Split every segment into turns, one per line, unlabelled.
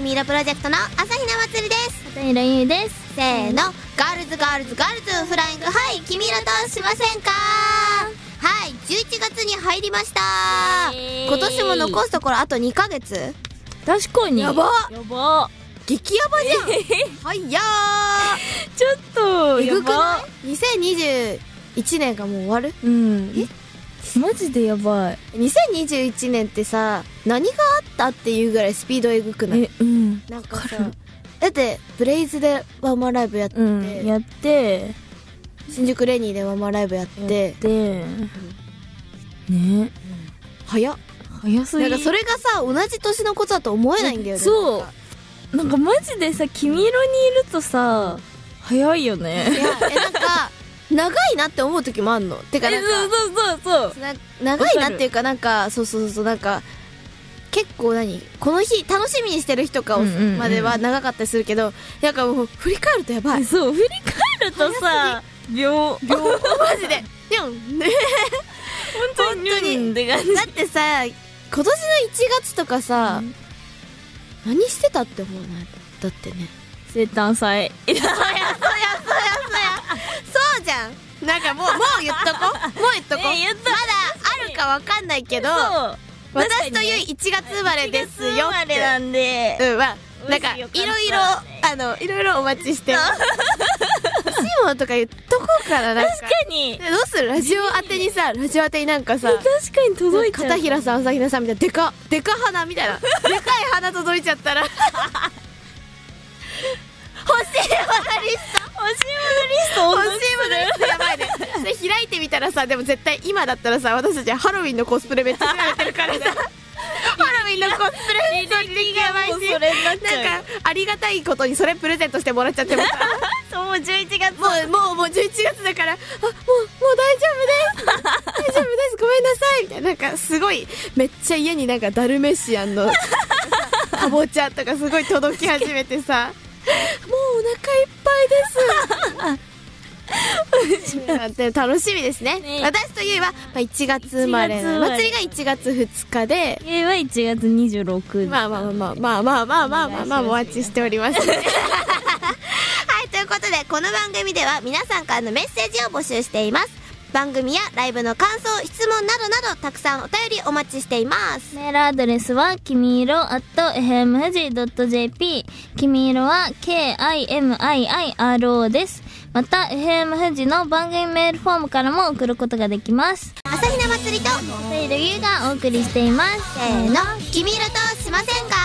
みいろプロジェクトの朝比奈まつりです
片平ゆいです
せーのガールズガールズガールズフライングはい君色としませんかはい11月に入りました
イエーイ
今年も残すところあと2ヶ月
確かに
やば
やば
激ヤバじ ゃんはいや
ちょっと
ーえぐく
や
な
ば
い2021年がもう終わる
うんマジでやばい
2021年ってさ何があったっていうぐらいスピードえぐくない
えうん
なんか
わか
さ
る
だってブレイズでワンマンライブやって、
うんやって
新宿レニーでワンマンライブやっ
やっててね
早っ
早すぎ
なんかそれがさ同じ年のことだと思えないんだよね
そう
なんか
なんかマジでさ黄色にいるとさ早いよ
い
ね
やえなんか長いなって思う時もあんのてか
え
な
そ
ん
う
か
そうそうそう
な長いなっていうかなんかそうそうそうそうなんか結構何この日楽しみにしてる日とかを
うんうんうん
までは長かったりするけどなんかもう振り返るとやばい
えそう振り返るとさ秒
秒 マジででもね
本当に
本当に
うんっ て感じ
だってさ今年の1月とかさ、
うん
何してたって思うなだってね
生誕 祭
そうじゃんなんかもうもう言っとこ もう言っとこ
え言っとこ
まだあるかわかんないけど
そう
私という1月生まれですよっ
1月生まれな
て
んで
うんまあなんか
もし
い
よかったら
ろいろあのいろいろお待ちしてます シモンとか言っとこうかななんか
確かに
どうするラジオ宛てにさラジオ宛てになんかさ
確かに届いちゃう
片平さん朝比奈さんみたいなでかでか花みたいなでかい花届いちゃったら欲しい花リスト欲しい
欲しいものリスト
花リストやばいねそれ開いてみたらさでも絶対今だったらさ私たちハロウィンのコスプレめっちゃ調べてるからさハロウィンのコスプレ本当にやばい
もう
し
それになっちゃう
なんかありがたいことにそれプレゼントしてもらっちゃってもさ
そうもう11月
もうもうもう11月だからあもうもう大丈夫です大丈夫ですごめんなさいみたいななんかすごいめっちゃ家になんかダルメシアンのかぼちゃとかすごい届き始めてさもうお腹いっぱいです楽しみですね
ね
私といえば、まあ、1月生まれ
1月生まれ
祭りが1月2日で
A は1月26日
まあまあまあまあまあまあまあまあまあまあお待ちしております。はい、ということで、この番組では皆さんからのメッセージを募集しています。番組やライブの感想、質問などなど、たくさんお便りお待ちしています。
メールアドレスは、きみいろ at fmfuji.jp。きみいろは、k-i-m-i-i-r-o です。また、fm 富士の番組メールフォームからも送ることができます。
朝日奈祭りと、
セイルゆうがお送りしています。
せーの、君色としませんか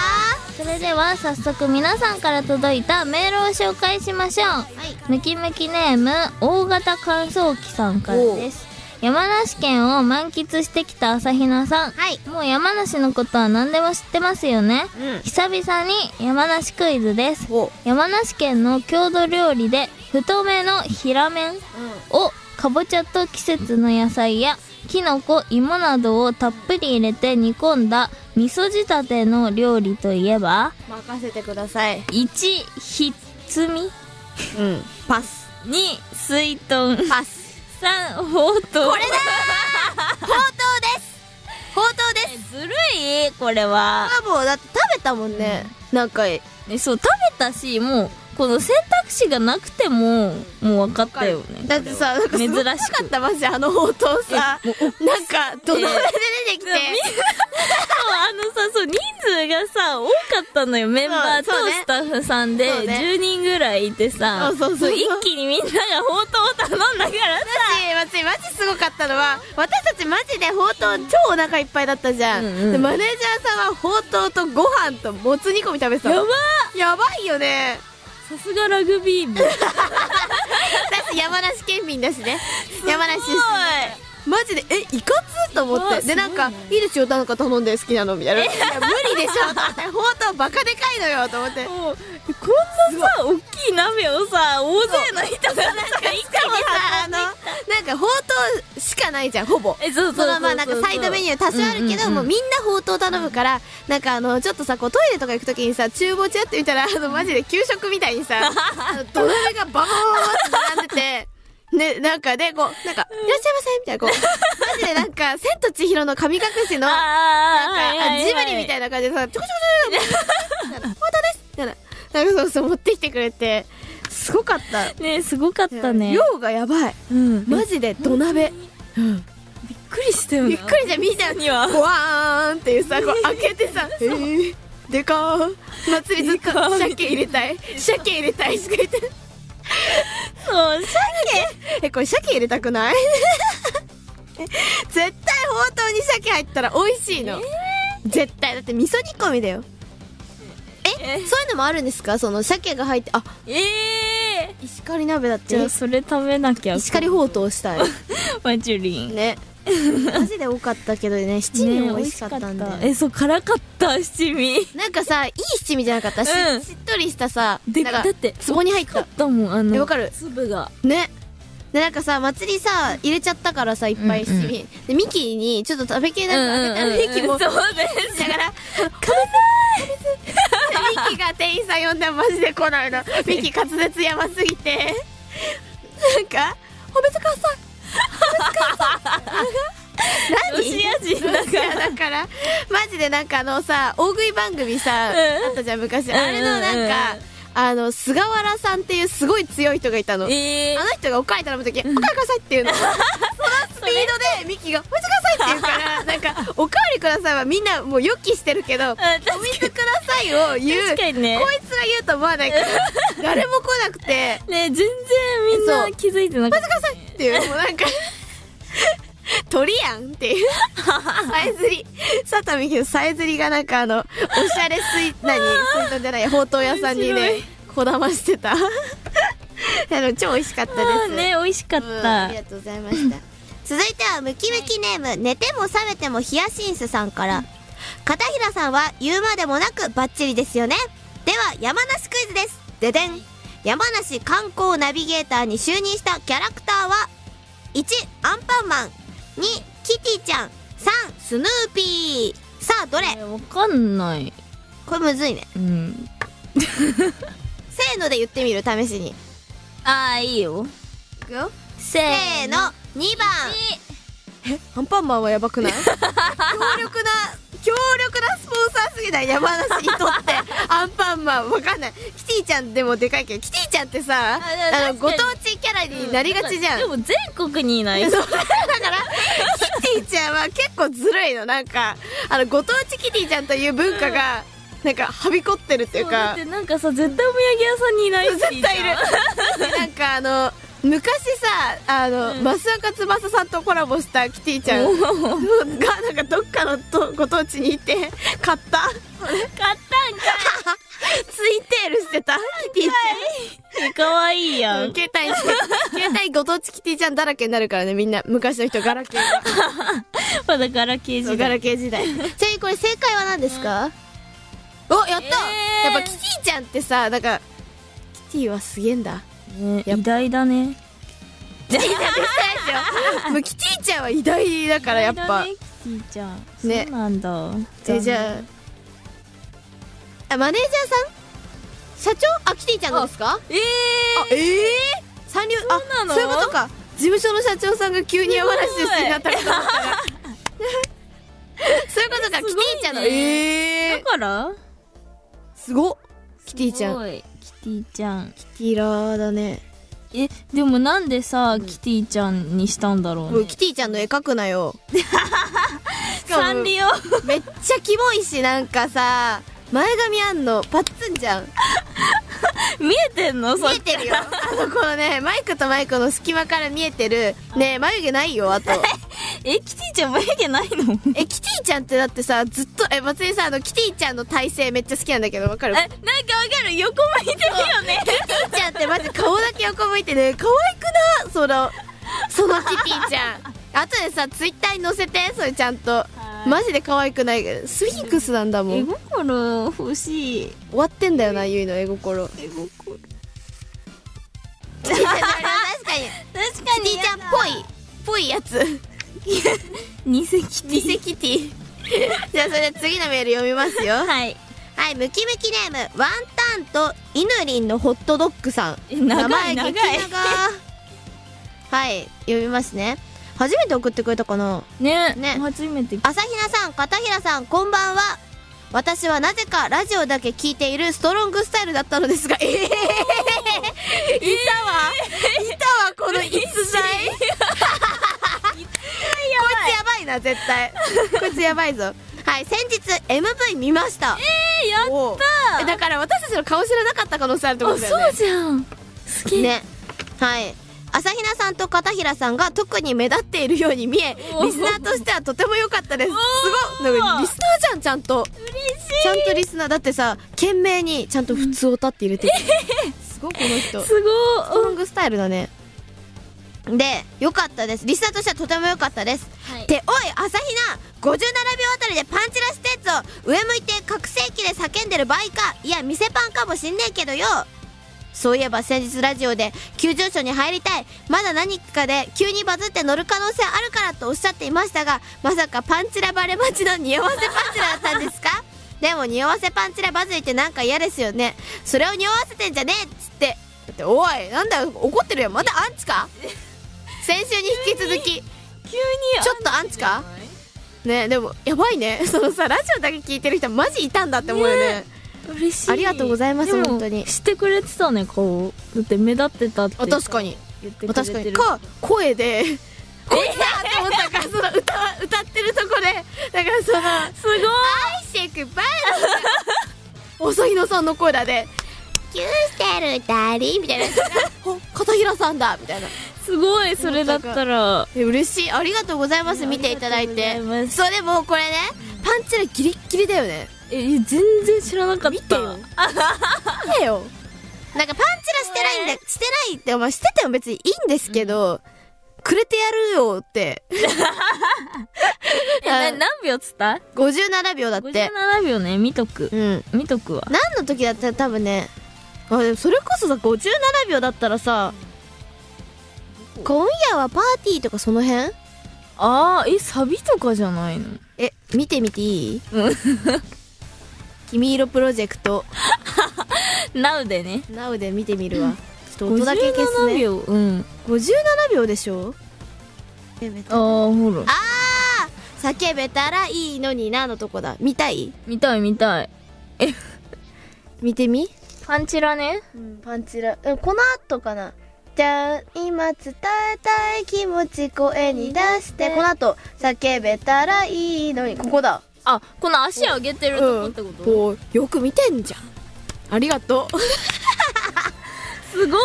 それでは、早速皆さんから届いたメールを紹介しましょう。
はい。
ムキムキネーム大型乾燥機さんからです山梨県を満喫してきた朝比奈さん、
はい
もう山梨のことは何でも知ってますよね、
うん
久々に山梨クイズです
お、
山梨県の郷土料理で太めの平麺をかぼちゃと季節の野菜やきのこ芋などをたっぷり入れて煮込んだ味噌仕立ての料理といえば
任せてください。
1ひっつみ
うん。パス。
2水豚
パス。
三ほうとう
これ だーほうとうですほうとうです
ずるいこれは
あもうだって食べたもんね。なんか、
ねそう食べたしもうこの選択肢がなくてももう分かったよね
だってさ、なんかすごくな
珍しく
かった、マジあのほうとうさ。なんか、土鍋で出てきて
そう。あのさそう人数がさ多かったのよメンバーと
そうね
スタッフさんで
そうね
10人ぐらいいてさ
そうそうそう
も一気にみんながほうとうを頼んだからさ
マジ、マジ、マジすごかったのは、私たちマジでほうとう超お腹いっぱいだったじゃん。
うんうん
で、マネージャーさんはほうとうとご飯ともつ煮込み食べてた
やば
の。やばいよね。
さすがラグビー 部す
だって山梨県民だしね。
ご い
山梨出身。マジで、え、いかつと思
う
っ
わ
て。で、なんか
すごい、
いいですよ、なんか頼んで好きなの、 みたいな。いや無理でしょ、と思って。 ほうとうバカでかいのよ、と思って。
もうこんなさ大きい鍋をさ大勢の人がなんか一
で
回
もさあのなんかほうとうしかないじゃんほぼ
えそうそう
そ
そう
のまあなんかサイドメニュー多少あるけど、
うんうんうん
もうみんなほうとう頼むから、なんかあのちょっとさこうトイレとか行くときにさ厨房ちらってみたらあのマジで給食みたいに さあの土鍋がバーって並んでて。ね、なんかで、こう、なんか、いらっしゃいませみたいな、こう、マジでなんか、千と千尋の神隠しの、なんか、
あー
ジブリみた
い
いな感じでさ、ちょこちょこちょこちょこ、本当ですたいななんかそうそう持ってきてくれてすごかった
ねすごかったね
量がやばい
うんびっ
マジで土鍋
くりしたよね
びっくりじゃんみーちゃん
には
ボワーンっていうさこう開けてさ「えー、でかー祭りずっと
でかー
鮭入れたい鮭入れたい」しか言ってない
そう
えこれ鮭入れたくない 絶対ほうとうに鮭入ったら美味しいの、絶対だって味噌煮込みだよえ、そ
えー
ういうのもあるんですかその鮭が入ってあ
ええ
石狩鍋だっ
じゃ
て
あそれ食べなき ゃ
石狩ほうとう したい
マジュリン
ねマジで多かったけどね七味も美味しかったんだよね
えそう辛かった七味
なんかさいい七味じゃなかったし,、
うん
しっとりしたさ
で
なんか
だって
壺に入っ
か
た
ったもんあの
えわかる
粒が
ねでなんかさ祭りさ入れちゃったからさいっぱい七味、でミキにちょっと食べきれなくなって、ミキも
そ
だ
うです
からミキが店員さん呼んだらマジで来ないのミキ滑舌やばすぎてなんか「おめでとうさん」おめ
ロ
でとう
シ
さん何
ア人だ
い
か
や
ら
だからマジでなんかあのさ大食い番組さ、
うん
あったじゃん昔、
うんうんうん
あれのなんかあの菅原さんっていうすごい強い人がいたの、
ええ
あの人がおかわり頼む時「おかわりください」って いうのそのスピードでミキが「お水ください」って言うからなんか 「おかわりください」はみんなもう予期してるけど「お
確かに
水ください」を言う
確
こ
かにね
いつが言うと思わない から誰も来なくて
ね全然みんな
そう
気づいてな
「
かっ
お水ください」っていうもう なんか鳥やんっていうさえずり佐藤美希のさえずりがなんかあのおしゃれスイ何スイートじゃないほうとう屋さんにね
面
こだまして たあの超美味しかったで
た
す
ね美味しかっ
うん
た
ありがとうございま した続いてはムキムキネーム、寝ても覚めてもヒヤシンスさんから片平さんは言うまでもなくバッチリですよねでは山梨クイズですででん山梨観光ナビゲーターに就任したキャラクターは1アンパンマン2キティちゃん3スヌーピーさあどれ
えわかんない
これむずいね
うん
せーので言ってみる試しにい
ああいいよ
くよ
せ
せ
ー
ーの
の
2番アンパンマンはやばくない強力な強力なスポンサーすぎない山梨にとってアンパンマンわかんないキティちゃんでもでかいけどキティちゃんってさ
あ
あの
確
ご
かに
当地キャラになりがちじゃん、
でも全国にいない
そうだからキティちゃんは結構ずるいのなんかあのご当地キティちゃんという文化がなんかはびこってるっていう
そうだ
か
ってなんかさ絶対お土産屋さんにいないし
絶対いるでなんかあの昔さあの、
うん
増岡翼さんとコラボしたキティちゃん
お
が
ー
なんかどっかのとご当地にいて買った
買った
ツインテールしてたキティち
んかいかわいい
ゃん
や
うん
ん
携帯に携帯ご当地キティちゃんだらけになるからねみんな昔の人ガラケー
まだガラケー
が
時
ガ
代
ラケー時代ちなみにこれ正解は何ですか、おやった、
えー
やっぱキティちゃんってさなんかキティはすげえんだ
ね
やっ
偉大だね
もうキティちゃんは偉大だからやっぱ
偉大だねキティちゃんそう
ね
なんだ
えじゃああマネージャーさん社長あキティちゃんのですか
ええ
ええ三流あ
そうなの
そういうことか事務所の社長さんが急に山梨出身になった ことだからそういうことか、
すご
キティ
いね
ちゃんのえ
だ
え
から
すごっキティちゃ
す
ん
ごいキティちゃん
キティラーだね
えでもなんでさキティちゃんにしたんだろ
も
う
う
ね
キティちゃんの絵描くなよしかも
サンリオ
めっちゃキモいしなんかさ前髪あんのパッツンじゃん
見えてんのそ
見えてるよあのこのねマイクとマイクの隙間から見えてるねえ眉毛ないよあ と
えキティちゃん眉毛ないの
えキティちゃんってだってさずっとえ松井さんあのキティちゃんの体勢めっちゃ好きなんだけどわか
え
る
な
キ
んかわかる横向いてるよね
ティちゃんってマジ顔だけ横向いてね可愛くなそのそのキティちゃんあとでさツイッターに載せてそれちゃんと
はい
マジで可愛くないスフィンクスなんだも
絵
ん終
心欲しい
わってんだよなゆいの絵心
絵心
確かに
確かに
キティちゃんっぽいぽいやつ
い偽キティ
偽キティ じゃあそれで次のメール読みますよ
はい
はいムキムキネームワンタンとイヌリンのホットドッグさん
え長い
名前
長い
激長はい読みますね初めて送ってくれたかな
ね
ね
初めて
朝比奈さん片平さんこんばんは私はなぜかラジオだけ聞いているストロングスタイルだったのですが、ええいたわ、いたわ、この逸材こいつやばいな、絶対。こいつやばいぞ。はい、先日 MV 見ました。
えー、や
おうえ
っ
だから私たちの顔知らなかった可能性あるって
た
ことだ
あ
よね。
そうじゃん好き、
ねはい朝比奈さんと片平さんが特に目立っているように見え
おー
リスナーとしてはとても良かったです
お
す
ー
ごいなんかリスナーじゃんちゃんと
嬉
ちゃ
し
ん
い
とリスナーだってさ懸命にちゃんと普通を歌って入れて るすごいこの人ス
すご
ト
い、
ロングスタイルだねで良かったですリスナーとしてはとても良かったです
はい
でおい朝比奈57秒あたりでパンチラしたやつを上向いて拡声器で叫んでる場合かいや店パンかもしんねえけどよそういえば先日ラジオで急上昇に入りたいまだ何かで急にバズって乗る可能性あるからとおっしゃっていましたがまさかパンチラバレ待ちの匂わせパンチラだったんですか でも匂わせパンチラバズりってなんか嫌ですよねそれを匂わせてんじゃねえっつってだっておいなんだよ怒ってるよまたアンチか先週に引き続き
急に
ちょっとアンチかねでもやばいね そのさラジオだけ聞いてる人マジいたんだって思うよね
ね嬉しい
ありがとうございます
でも
本当に
してくれてたね顔だって目立ってたって
あ確かに
言ってくれて
確
る
かにか声で 「こいつだ!」って思ったからその歌は 歌ってるとこでだからその「
すごい
アイシェクバイ」朝比奈さんの声だ で「キューしてるダーリン」みたいな「お片平さんだ」みたいな
すごいそれだったら
え嬉しいありがとうございます
うん
見ていただい
あ
て
りがとうございます
そうでもこれねパンチラギリッギリだよね
え全然知らなかった
見てよ見てよなんかパンチラしてないんだ、してないってお前してても別にいいんですけど、くれてやるよって
えな何秒っつった
57秒だって
57秒ね見とく
うん
見とくわ
何の時だったら多分ねあでもそれこそさ57秒だったらさ今夜はパーティーとかその辺
あーえサビとかじゃないの
え見てみていい
うん
君色プロジェクト
Now でね
Now で見てみるわ、ちょっと音だけ消す
57
ね
秒うん
57秒でしょえめっち
あ
ゃ
ーほら
あー叫べたらいいのになのとこだ見たい
見たい見たい
見てみ、
パンチラね
パンチラ、うん、この後かなじゃあ今伝えたい気持ち声に出してこの後叫べたらいいのにここだ
あこの足上げてるとこってこと、
こうよく見てんじゃんありがとう
すごっ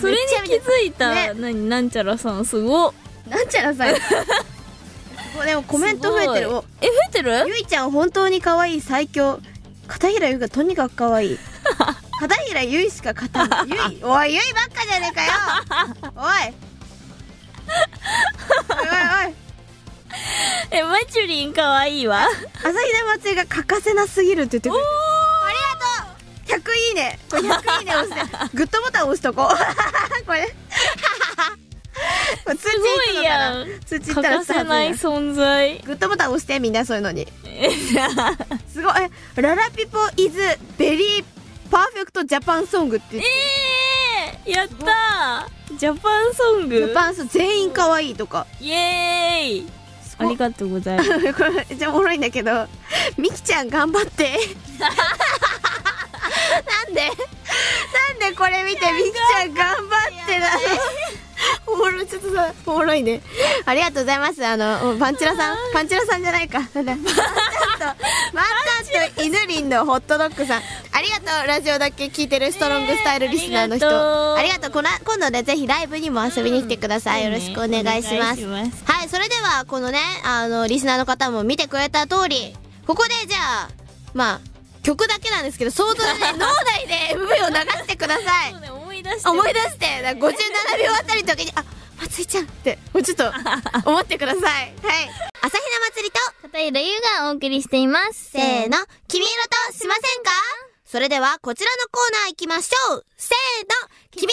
それに気づい
めっちゃ見て
た、
る
なになんちゃらさんすごっ
なんちゃらさんでもコメント増えて
す
る
ごい
お
え増えてる
ゆいちゃん本当に可愛い最強片平ゆいがとにかく可 愛い片平ゆいしか勝たないゆいおいゆいばっかじゃねえかよおいおいおいおい
えマチュリンかわいいわ
朝日奈祭りが欠かせなすぎるって言ってくれてありがとう100いいねこれ100いいね押してグッドボタン押しとこう これこれ通知行くのか
すごいや
なん通知行っ
欠
たら
か
押す
せ
はず
ない
や
存在
グッドボタン押してみんなそういうのにすごいえララピポイズベリーパーフェクトジャパンソングって言って
えー、やったージャパンソング
ジャパンソング全員可愛いとか
イエーイ
す
あ
ご
り
い
がとうございます
これめっちゃおもろいんだけどみきちゃん頑張ってなんでなんでこれ見てみきちゃん頑張ってなおもろいちょっとさおもろいねありがとうございますあのパンチラさんパンチラさんじゃないかなんだマッタンとマッタンと犬リンのホットドッグさんありがとうラジオだけ聞いてるストロングスタイルリスナーの人、
ねえあ
あ
り
り
が
がとうこな今度ねぜひライブにも遊びに来てください、よろしくお願いします
お願いします
はい、それでは、このね、あの、リスナーの方も見てくれた通り、ここでじゃあ、まあ、曲だけなんですけど、想像で ね、脳内で MV を流してください
そう。ね思い出し て
思い出 して、だから57秒あたりの時に、あ、松井ちゃんって、もうちょっ と、思ってください。はい。朝日奈祭りと、
片井優がお送りしています
せーの、君色としませんかそれでは、こちらのコーナー行きましょうせーの、君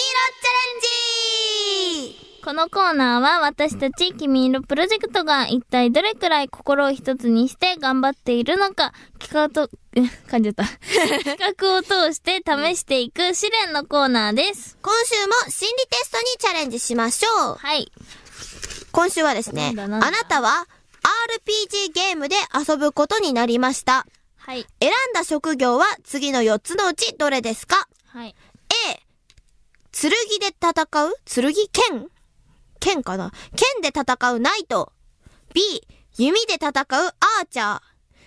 色チャレンジ
このコーナーは私たち君色プロジェクトが一体どれくらい心を一つにして頑張っているのか企画と、 え噛んじ ゃった。企画を通して試していく試練のコーナーです。
今週も心理テストにチャレンジしましょう
はい。
今週はですね、
な
あ
んだなんだ
なたは RPG ゲームで遊ぶことになりました。
はい。
選んだ職業は次の4つのうちどれですか
はい。
?A、剣で戦う剣剣剣かな剣で戦うナイト。B、弓で戦うアーチャー。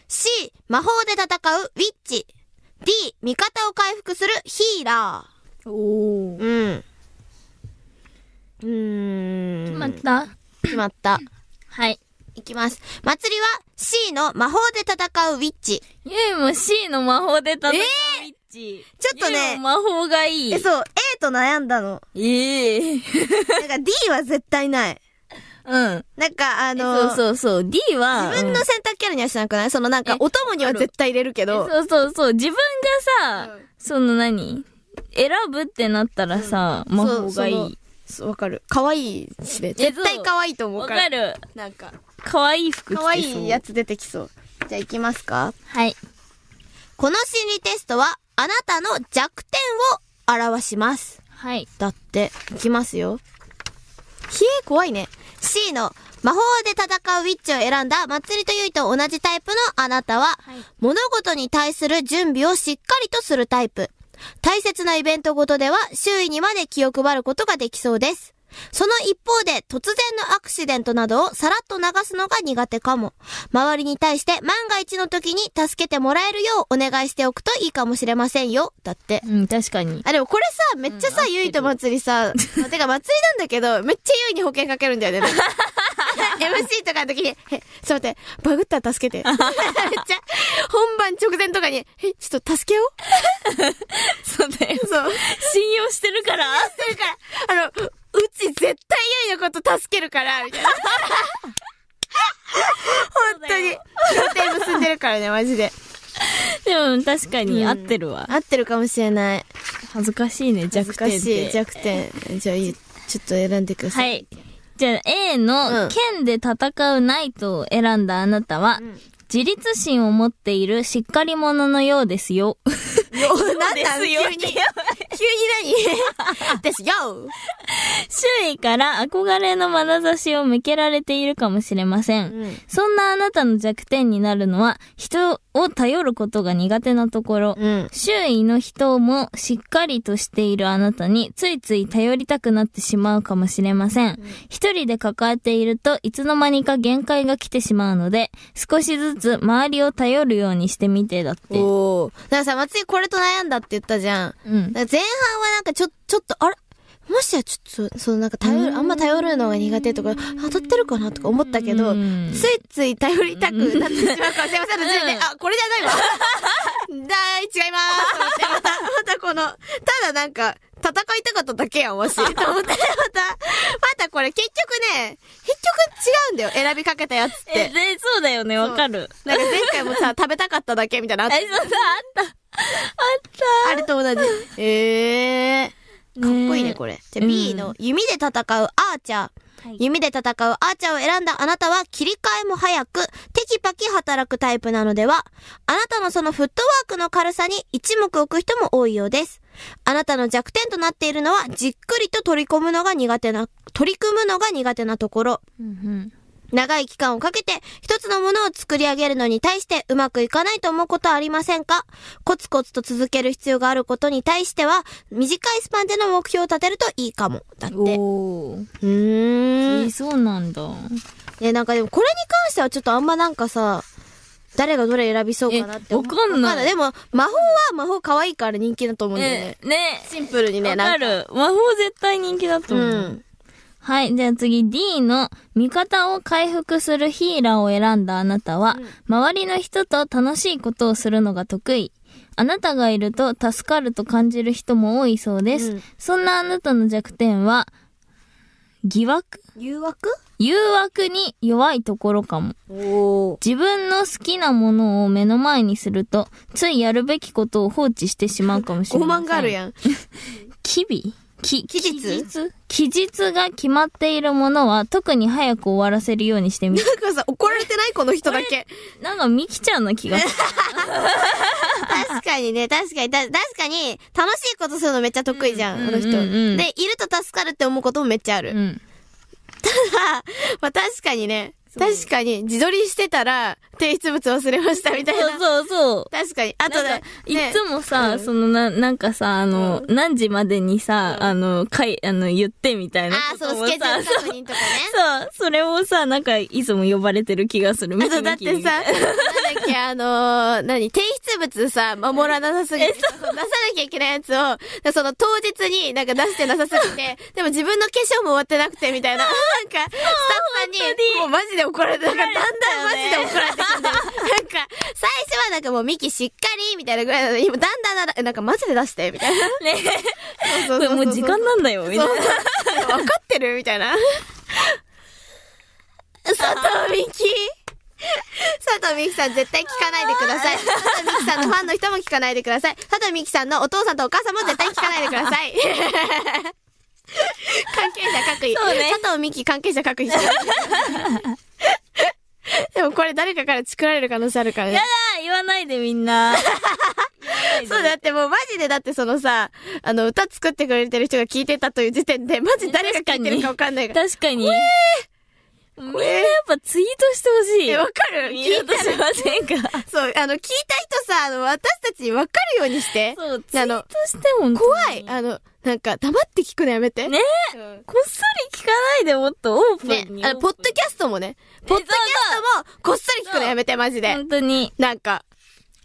C、魔法で戦うウィッチ。D、味方を回復するヒーラ
おお
ー。うん。うーん。
決まった
決まった。
はい。
いきます。祭りは C の魔法で戦うウィッチ。
ゆいも C の魔法で戦うウィッチ。
ちょっとね
ゆいも魔法がいい。
え、そう、A と悩んだの。
ええ
なんか D は絶対ない。
うん。
なんかあ
そ
の、
うそうそう。D は、
自分の選択キャラにはしなくないそのなんか
え
お供には絶対入れるけ
うん
ど。
そうそうそう。自分がさ、
うん
その何選ぶってなったらさ、魔法がい
そう
い。
そうわかる可愛いしね
え
絶対可愛いと思
わ
うか
からる。
なんか
かわいい服着てそう。
可愛いやつ出てきそう
じゃあ行きますか。
はい。
この心理テストはあなたの弱点を表します。
はい。
だって、いきますよ。ひえ、怖いね。C の魔法で戦うウィッチを選んだ祭りとゆいと同じタイプのあなたは、
はい
物事に対する準備をしっかりとするタイプ。大切なイベントごとでは周囲にまで気を配ることができそうです。その一方で突然のアクシデントなどをさらっと流すのが苦手かも。周りに対して万が一の時に助けてもらえるようお願いしておくといいかもしれませんよ。だって。
うん、確かに。
あでもこれさめっちゃさ、
うん
ゆいと祭り さあてか祭りなんだけどめっちゃゆいに保険かけるんだよねなんか MC とかの時に「えちょっと待ってバグったら 助けて」めっちゃ本番直前とかに「えちょっと助けよ
そうだよ
う」。そう
信用してるから。
してるから、あの、うち絶対ゆいのこと助けるから、みたいな。 本当に、協定結んでるからね、マジで。
でも確かに
うん
合ってるわ。
合ってるかもしれない。
恥ずかしいね、
恥ず
弱
か
点っ
しい、
て。
弱点。じゃあいい、ちょっと選んでくださ。
はいい。じゃあ A
う
の
ん
剣で戦うナイトを選んだあなたは、自立心を持っているしっかり者のようですよ。
お なんだ、急に、急
って
に何 ですよ
周囲から憧れの眼差しを向けられているかもしれません。
うん
そんなあなたの弱点になるのは、人を頼ることが苦手なところ。
うん。
周囲の人もしっかりとしているあなたについつい頼りたくなってしまうかもしれません。一人で抱えているといつの間にか限界が来てしまうので、少しずつ周りを頼るようにしてみてだって。う
おー。だからさ、松井これと悩んだって言ったじゃん。だ
ん。
から前半はなんかちょ、ちょっと、あれもしやちょっと、そのなんか頼る、あんま頼るのが苦手とか、当たってるかなとか思ったけど、
うん
ついつい頼りたくなってしまうかもしれませんので、全然あ、これじゃ ないわ。だーい、違いまーすと思って。また、またこの、ただなんか、戦いたかっただけやん、わし。と思って、また、またこれ結局ね、結局違うんだよ、選びかけたやつっ
え、
て。
でそうだよね、わかる。
なんか前回もさ、食べたかっただけみたいなのあっ
え、
た、
そうだ、あっ
あれと同じ。えー。
た。
かっこいいね、
れ。
これ。じゃあ B の弓で戦うアーチャー。
はい
弓で戦うアーチャーを選んだあなたは切り替えも早く、テキパキ働くタイプなのでは、あなたのそのフットワークの軽さに一目置く人も多いようです。あなたの弱点となっているのは、じっくりと取り込むのが苦手な、取り組むのが苦手なところ。
うんうん
長い期間をかけて一つのものを作り上げるのに対してうまくいかないと思うことはありませんかコツコツと続ける必要があることに対しては短いスパンでの目標を立てるといいかも。だって。う
おー。
ー
え、
ん。
そうなんだ。
え、なんかでもこれに関してはちょっとあんまなんかさ、誰がどれ選びそう
え、
かなって
わ
思う。
かん
ま
な
だ
い。
でも、魔法は魔法可愛いから人気だと思うんだよ
え
ね。、
ね、
シンプルにね、
わか
なんか。
る。魔法絶対人気だと
う
思う。
ん。
はい。じゃあ次 D の味方を回復するヒーラーを選んだあなたは、周りの人と楽しいことをするのが得意。あなたがいると助かると感じる人も多いそうです。
うん
そんなあなたの弱点は、疑惑
誘惑
誘惑に弱いところかも。
おー。
自分の好きなものを目の前にすると、ついやるべきことを放置してしまうかもしれ
傲
ません。
慢があるやん。
機微き期
期日
期日が決まっているものは特に早く終わらせるようにして みる。
なんかさ、怒られてないこの人だけ。
なんかミキちゃんな気がする。
確かにね、確かに、た確かに、楽しいことするのめっちゃ得意じゃん、
うん
あの人。
うんうんう ん
で、いると助かるって思うこともめっちゃある。
うん。
まあ確かにね。
確かに、自撮りしてたら、提出物忘れましたみたいな。
そうそう。
確かに。あ
あ
と
と
ね
ね、、いつもさ、
うん
そのな、なんかさ、あの、何時までにさ、あの、かい、あの、言ってみたいな
ああ、
こともさ。
そう、スケジュール確認とかね。
そう、それをさ、なんか、いつも呼ばれてる気がする。
あとだっ
水木
て
み
さ、
た
ないんだっけ、あのー、何、提出物さ、守らなさすぎて、出さなきゃいけないやつを、その当日になんか出してなさすぎて、でも自分の化粧も終わってなくてみたいな、なんか、スタッフさんに、もうマジで怒られて、なんかだんだんマジで怒られてくるんだよ。なんか、最初はなんかもうミキしっかり、みたいなぐらいなのに、今だんだんなら、えなんかマジで出して、みたいな。
ね。
そうそ
これ
うそう
もう時間なんだよ、みたいな。
そうそう。分かってるみたいな。佐藤美希佐藤美希さん絶対聞かないでください。佐藤美希さんのファンの人も聞かないでください。佐藤美希さんのお父さんとお母さんも絶対聞かないでください。関係者各位。
そうね
佐藤美希関係者各位。でもこれ誰かから作られる可能性あるからね
やだ。言わないでみん な。
そうだってもうマジでだってそのさ、あの歌作ってくれてる人が聞いてたという時点で、マジ誰が聞いてるかわかんないから。
確かに。みん
怖
な
え
やっぱツイートしてほしい。
え、わかる
見
聞い
よう
た
としませんか
そう、あの、聞いた人さ、あの、私たちにわかるようにして。
そう、ツイ
あ
ー
の
トしても
怖い。あの、なんか、黙って聞くのやめて。
ね
うん。
こっそり聞かないでもっとオープ
ね
ンに。、
あの、ポッドキャストもね、ポッドキャストも、こっそり聞くのやめて、マジで。
本当に。
なんか、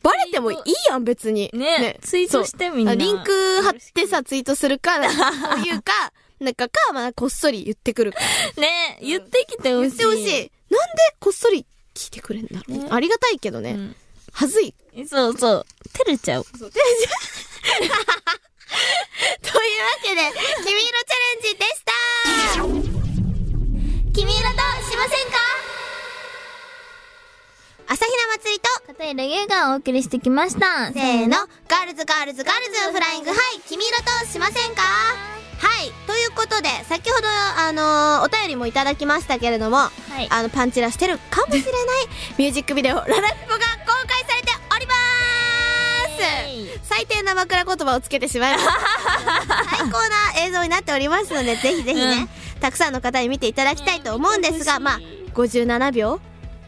バレてもいいやん、別に。
ねツイートしてみんな
そうリンク貼ってさ、ツイートするか、なんかそう いうか、なんか、か、まあ、こっそり言ってくるか。
ね、言ってきてほ
言
しい。
ってほしい。なんで、こっそり聞いてくれんだろう、
ね
ありがたいけどね。
うん
はずい。
えそうそう。照れちゃう。
というわけで、君色チャレンジでした君色としませんか朝比奈祭りと、
片平優がお送りしてきました。
せーの、ガールズガールズガールズフライング、はい、君色としませんかはい、ということで、先ほど、あのーお便りもいただきましたけれども、
はい。
あの、パンチラしてるかもしれないミュージックビデオ、ララピポが公開されておりまーす
イエーイ
最低な枕言葉をつけてしまいました。最高な映像になっておりますので、ぜひぜひね、たくさんの方に見ていただきたいと思うんですが、まあ、57秒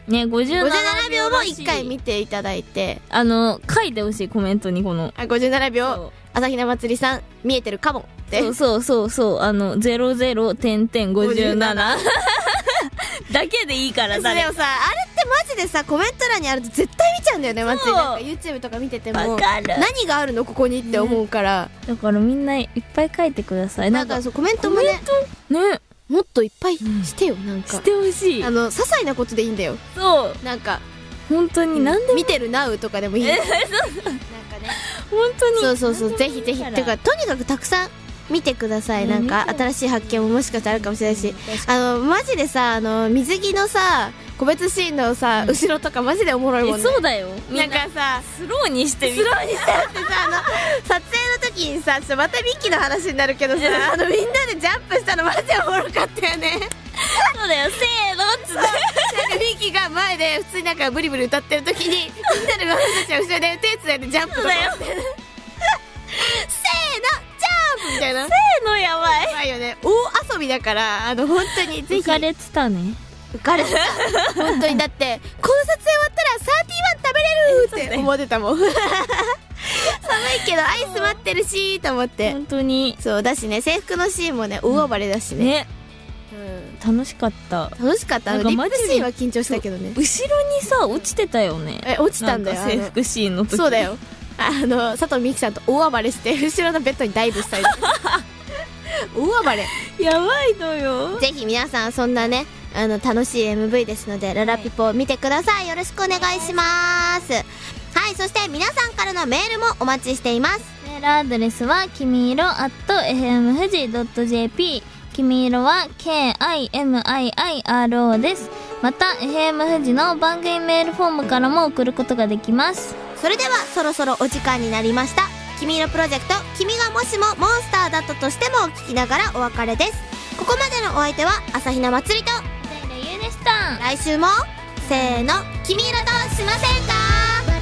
ね、57
?57 秒も1回
見
見ていただいて、
あの、書いてほしい、コメントにこの。
あ、57秒、
そ
朝比奈まつりさん、見えてるかもって。
うそうそうそう、あの、00点点57。だ けでいいから、
それ
誰
を
か。
さあれってマジでさコメント欄にあると絶対見ちゃうんだよねマジで
そう
なんか YouTube とか見てても
わかる
何があるのここにって思うから、
だからみんないっぱい書いてください。な
なんん
か
か、そうコメント
コ
も
メ
ね
ントね、
もっといっぱいしてよなんか
してほしい
あ。の些細なことでいいんだよ
そう。
なんか
本当に、なんで、
見てる NOW とかでもいいなんかね
本当に。
そうそうそうぜひぜひ
なん
て
でもい
かと
い
にかくたくさん見てください、
うん
なんか
見て
新しい発見ももしかしたらあるかもしれないし、
確
あのマジでさあの水着のさ個別シーンのさ、後ろとかマジでおもろいも
え
んね
そうだよ。み
なん
んな、
かさ
スローにしてみ
スローにしてってさあの撮影の時にさちょっとまたミッキーの話になるけどさあのみんなでジャンプしたのマジでおもろかったよね
そうだよ、せーの、つって。
なんかミッキーが前で普通になんかブリブリ歌ってる時にみんなで私たちは後ろで手つないでジャンプとかやってせーのジャンプみたいな
せーの、やばい。
怖いよね大遊びだからあの本当にぜひ
浮かれてたね。
浮かれてた本当にだってこの撮影終わったら31食べれるって思ってたもん寒いけどアイス待ってるしと思って
本当に。
そうだしね制服のシーンもね大暴れだしね、
ね、楽しかった。
楽しかったあの
な
リ
んか
ッ
マジ
プ
で
シーンは緊張したけどね
後ろにさ、落ちてたよね。
え落ちたんだよ
なか制服シーンの
あ
時
のそうだよあの佐藤美希さんと大暴れして後ろのベッドにダイブ したり大暴れ
やばいのよ
ぜひ皆さん、そんなね、あの、楽しい MV ですので、ララピポを見てください。よろしくお願いします。はい、そして皆さんからのメールもお待ちしています。
メールアドレスはきみいろ at fm 富士 .jp きみいろは KIMIIRO ですまた FM 富士の番組メールフォームからも送ることができます
それではそろそろお時間になりました「君色プロジェクト君がもしもモンスターだったとしても」を聞きながらお別れですここまでのお相手は朝比奈まつりと
ゆうでした
来週もせーの「君色としませんか?」